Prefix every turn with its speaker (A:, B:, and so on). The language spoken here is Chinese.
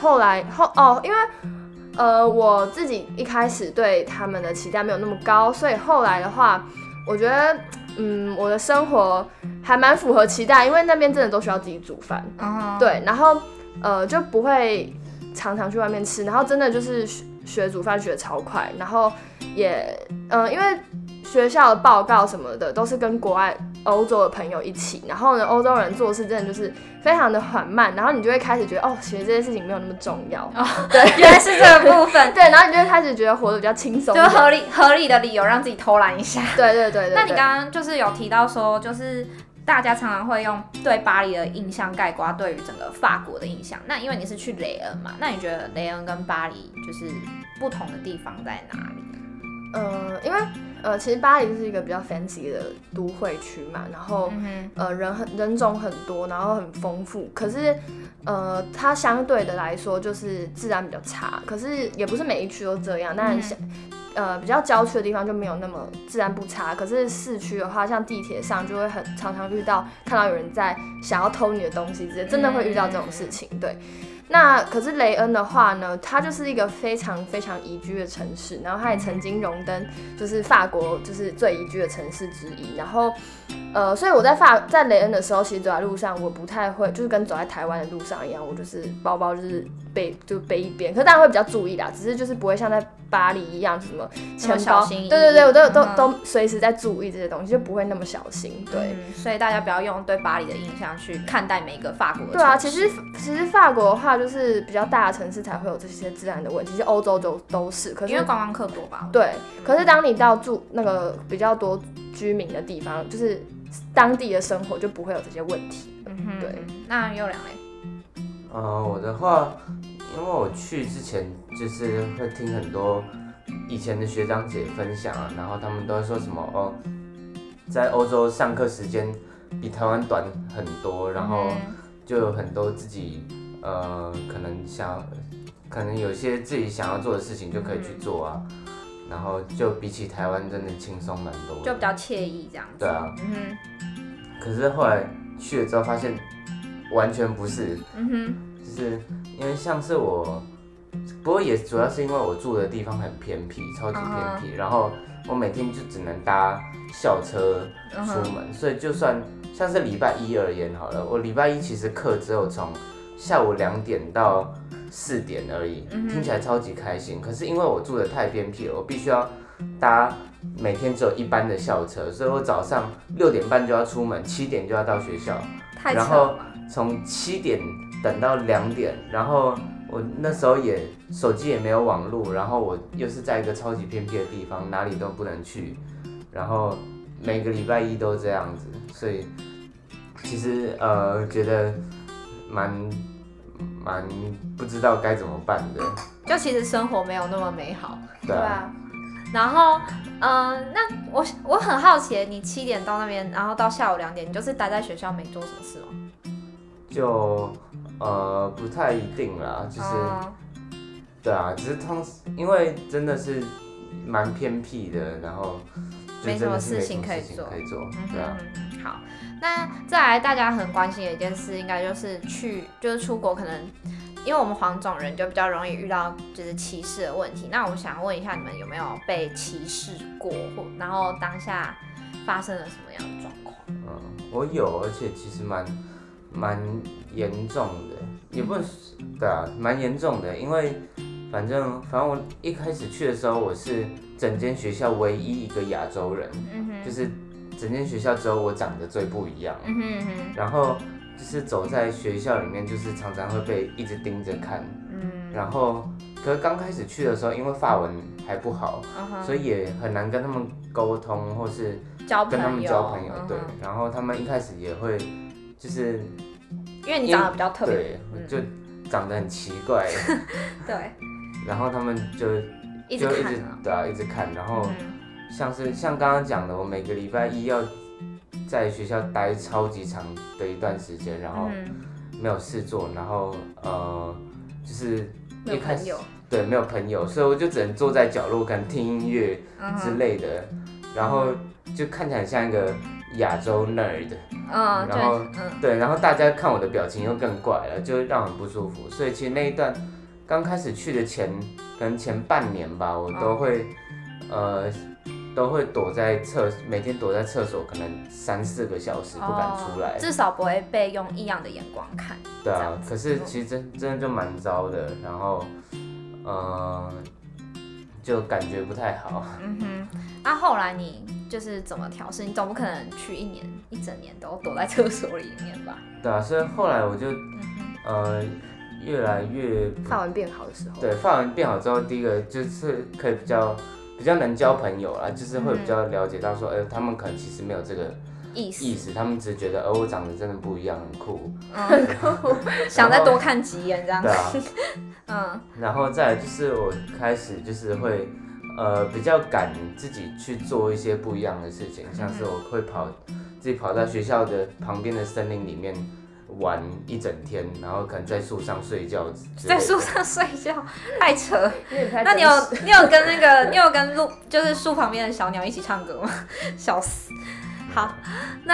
A: 后来后哦，因为呃我自己一开始对他们的期待没有那么高，所以后来的话，我觉得嗯我的生活还蛮符合期待，因为那边真的都需要自己煮饭，
B: 嗯，
A: 对，然后呃就不会常常去外面吃，然后真的就是学学煮饭学超快，然后也嗯、呃因为学校的报告什么的都是跟国外欧洲的朋友一起，然后呢欧洲人做事真的就是非常的缓慢，然后你就会开始觉得哦学这些事情没有那么重要，
B: 哦原来是这个部 分，
A: 对，然后你就会开始觉得活得比较轻松一
B: 就
A: 点，
B: 合理合理的理由让自己偷懒一下。
A: 对对对对，
B: 那你
A: 对
B: 刚刚就是有提到说，就是大家常常会用对巴黎的印象盖刮对于整个法国的印象。那因为你是去雷恩嘛，那你觉得雷恩跟巴黎就是不同的地方在哪里？
A: 呃因为呃其实巴黎是一个比较 fancy 的都会区嘛，然后。
B: 嗯
A: 呃，人很人种很多，然后很丰富，可是，呃，它相对的来说就是治安比较差，可是也不是每一区都这样，但
B: 嗯
A: 像、呃比较郊区的地方就没有那么治安不差，可是市区的话，像地铁上就会很常常遇到看到有人在想要偷你的东西之类，真的会遇到这种事情，对。那可是雷恩的话呢，它就是一个非常非常宜居的城市，然后它也曾经荣登就是法国就是最宜居的城市之一，然后呃，所以我在法在雷恩的时候，其实走在路上，我不太会，就是跟走在台湾的路上一样，我就是包包就是背就背一边，可是当然会比较注意啦，只是就是不会像在巴黎一样什么钱
B: 那么小
A: 包，
B: 心翼翼
A: 对对对，我都有都
B: 嗯
A: 都随时在注意这些东西，就不会那么小心，对。
B: 嗯所以大家不要用对巴黎的印象去看待每一个法国的
A: 对啊，
B: 城
A: 其
B: 市
A: 实其实法国的话，就是比较大的城市才会有这些治安的问题，其实欧洲都都是。可
B: 因为
A: 是
B: 观光客多吧？
A: 对，可是当你到住那个比较多居民的地方，就是当地的生活就不会有这些问题。
B: 嗯哼，
A: 对。
B: 那优良嘞，
C: 呃，我的话，因为我去之前就是会听很多以前的学长姐分享啊，然后他们都会说什么哦，在欧洲上课时间比台湾短很多，然后
B: 嗯
C: 就有很多自己呃可能想，可能有些自己想要做的事情就可以去做啊，然后就比起台湾真的轻松蛮多
B: 嗯
C: 的。
B: 就比较惬意这样子。
C: 对啊，
B: 嗯
C: 可是后来去了之后发现完全不是，
B: 哼，嗯哼，
C: 就是因为像是我，不过也主要是因为我住的地方很偏僻，超级
B: 哦
C: 偏僻然后我每天就只能搭校车
B: 嗯
C: 出
B: 哼，
C: 门所以就算像是礼拜一而言好了，我礼拜一其实课只有从下午两点到四点而已
B: 嗯哼
C: 听起来超级开心。可是因为我住的太偏僻了，我必须要搭每天只有一班的校车，所以我早上六点半就要出门，七点就要到学校。
B: 太扯
C: 然后
B: 了吧。
C: 从七点等到两点，然后我那时候也手机也没有网络，然后我又是在一个超级偏僻的地方，哪里都不能去，然后每个礼拜一都这样子，所以其实呃觉得蛮蛮不知道该怎么办的，
B: 就其实生活没有那么美好。
C: 对啊，，
B: 然后，嗯、那我我很好奇，你七点到那边，然后到下午两点，你就是待在学校没做什么事吗？
C: 就呃不太一定啦，就是。
B: 哦
C: 对啊，只是通，因为真的是蛮偏僻的，然后就
B: 没什
C: 真
B: 么
C: 的是
B: 事
C: 没
B: 情
C: 什么
B: 可以
C: 事情
B: 做
C: 可以做
B: 嗯，
C: 对啊，
B: 哼，好。那再来，大家很关心的一件事，应该就是去，就是出国可能，因为我们黄种人就比较容易遇到就是歧视的问题。那我想问一下，你们有没有被歧视过，或然后当下发生了什么样的状况？
C: 嗯，我有，而且其实蛮蛮严重的，
B: 嗯
C: 也不是，对啊，蛮严重的，因为反正反正我一开始去的时候，我是整间学校唯一一个亚洲人，
B: 嗯哼，
C: 就是整间学校只有我长得最不一样，
B: 嗯哼嗯哼，
C: 然后就是走在学校里面，就是常常会被一直盯着看。
B: 嗯，
C: 然后，可是刚开始去的时候，因为法文还不好，
B: 嗯哼，
C: 所以也很难跟他们沟通，或是
B: 交
C: 跟他们交朋友。
B: 嗯哼
C: 对，然后他们一开始也会，就是
B: 因为你长得比较特别，嗯
C: 对，就长得很奇 怪，
B: 对，
C: 然后他们就
B: 一直
C: 就一
B: 看
C: 直
B: 啊。
C: 对啊，一直看。然后
B: 嗯，
C: 像是像刚刚讲的，我每个礼拜一要在学校待超级长的一段时间，然后
B: 嗯
C: 没有事做，然后呃，就是
B: 没
C: 一
B: 有
C: 开
B: 朋
C: 始
B: 友，
C: 对没有朋友，所以我就只能坐在角落，可能听音乐。
B: 嗯
C: 之
B: 哼，
C: 类的，然后就看起来很像一个亚洲 nerd，
B: 嗯，对
C: 然后，
B: 嗯，
C: 对，然后大家看我的表情又更怪了，就让我很不舒服。所以其实那一段刚开始去的前跟前半年吧，我都会、
B: 嗯
C: 呃都会躲在厕，每天躲在厕所可能三四个小时不敢出来。
B: 哦至少不会被用异样的眼光看。
C: 对
B: 这
C: 啊
B: 样，子嗯
C: 可是其实真真的就蛮糟的，然后呃就感觉不太好。
B: 嗯哼，那后来你就是怎么调试？你总不可能去一年一整年都躲在厕所里面吧？
C: 对啊，所以后来我就
B: 嗯哼，
C: 呃越来越不
A: 发文变好的时候，
C: 对，发文变好之后，第一个就是可以比较比较能交朋友啦，就是会
B: 嗯
C: 比较了解到说，哎、他们可能其实没有这个
B: 意
C: 意
B: 思，
C: 思，他们只是觉得，哦，我长得真的不一样，很酷，
B: 嗯， 想再多看几眼这样
C: 对。啊。
B: 嗯
C: 然后再来就是我开始就是会，呃，比较敢自己去做一些不一样的事情，像
B: 嗯
C: 是我会跑自己跑到学校的旁边的森林里面玩一整天，然后可能在树上睡觉之类
B: 在
C: 的，
B: 树上睡觉太扯。
A: 有点不太
B: 那你有
A: 真实
B: 你有跟那个 你有跟路就是树旁边的小鸟一起唱歌吗？笑死。好，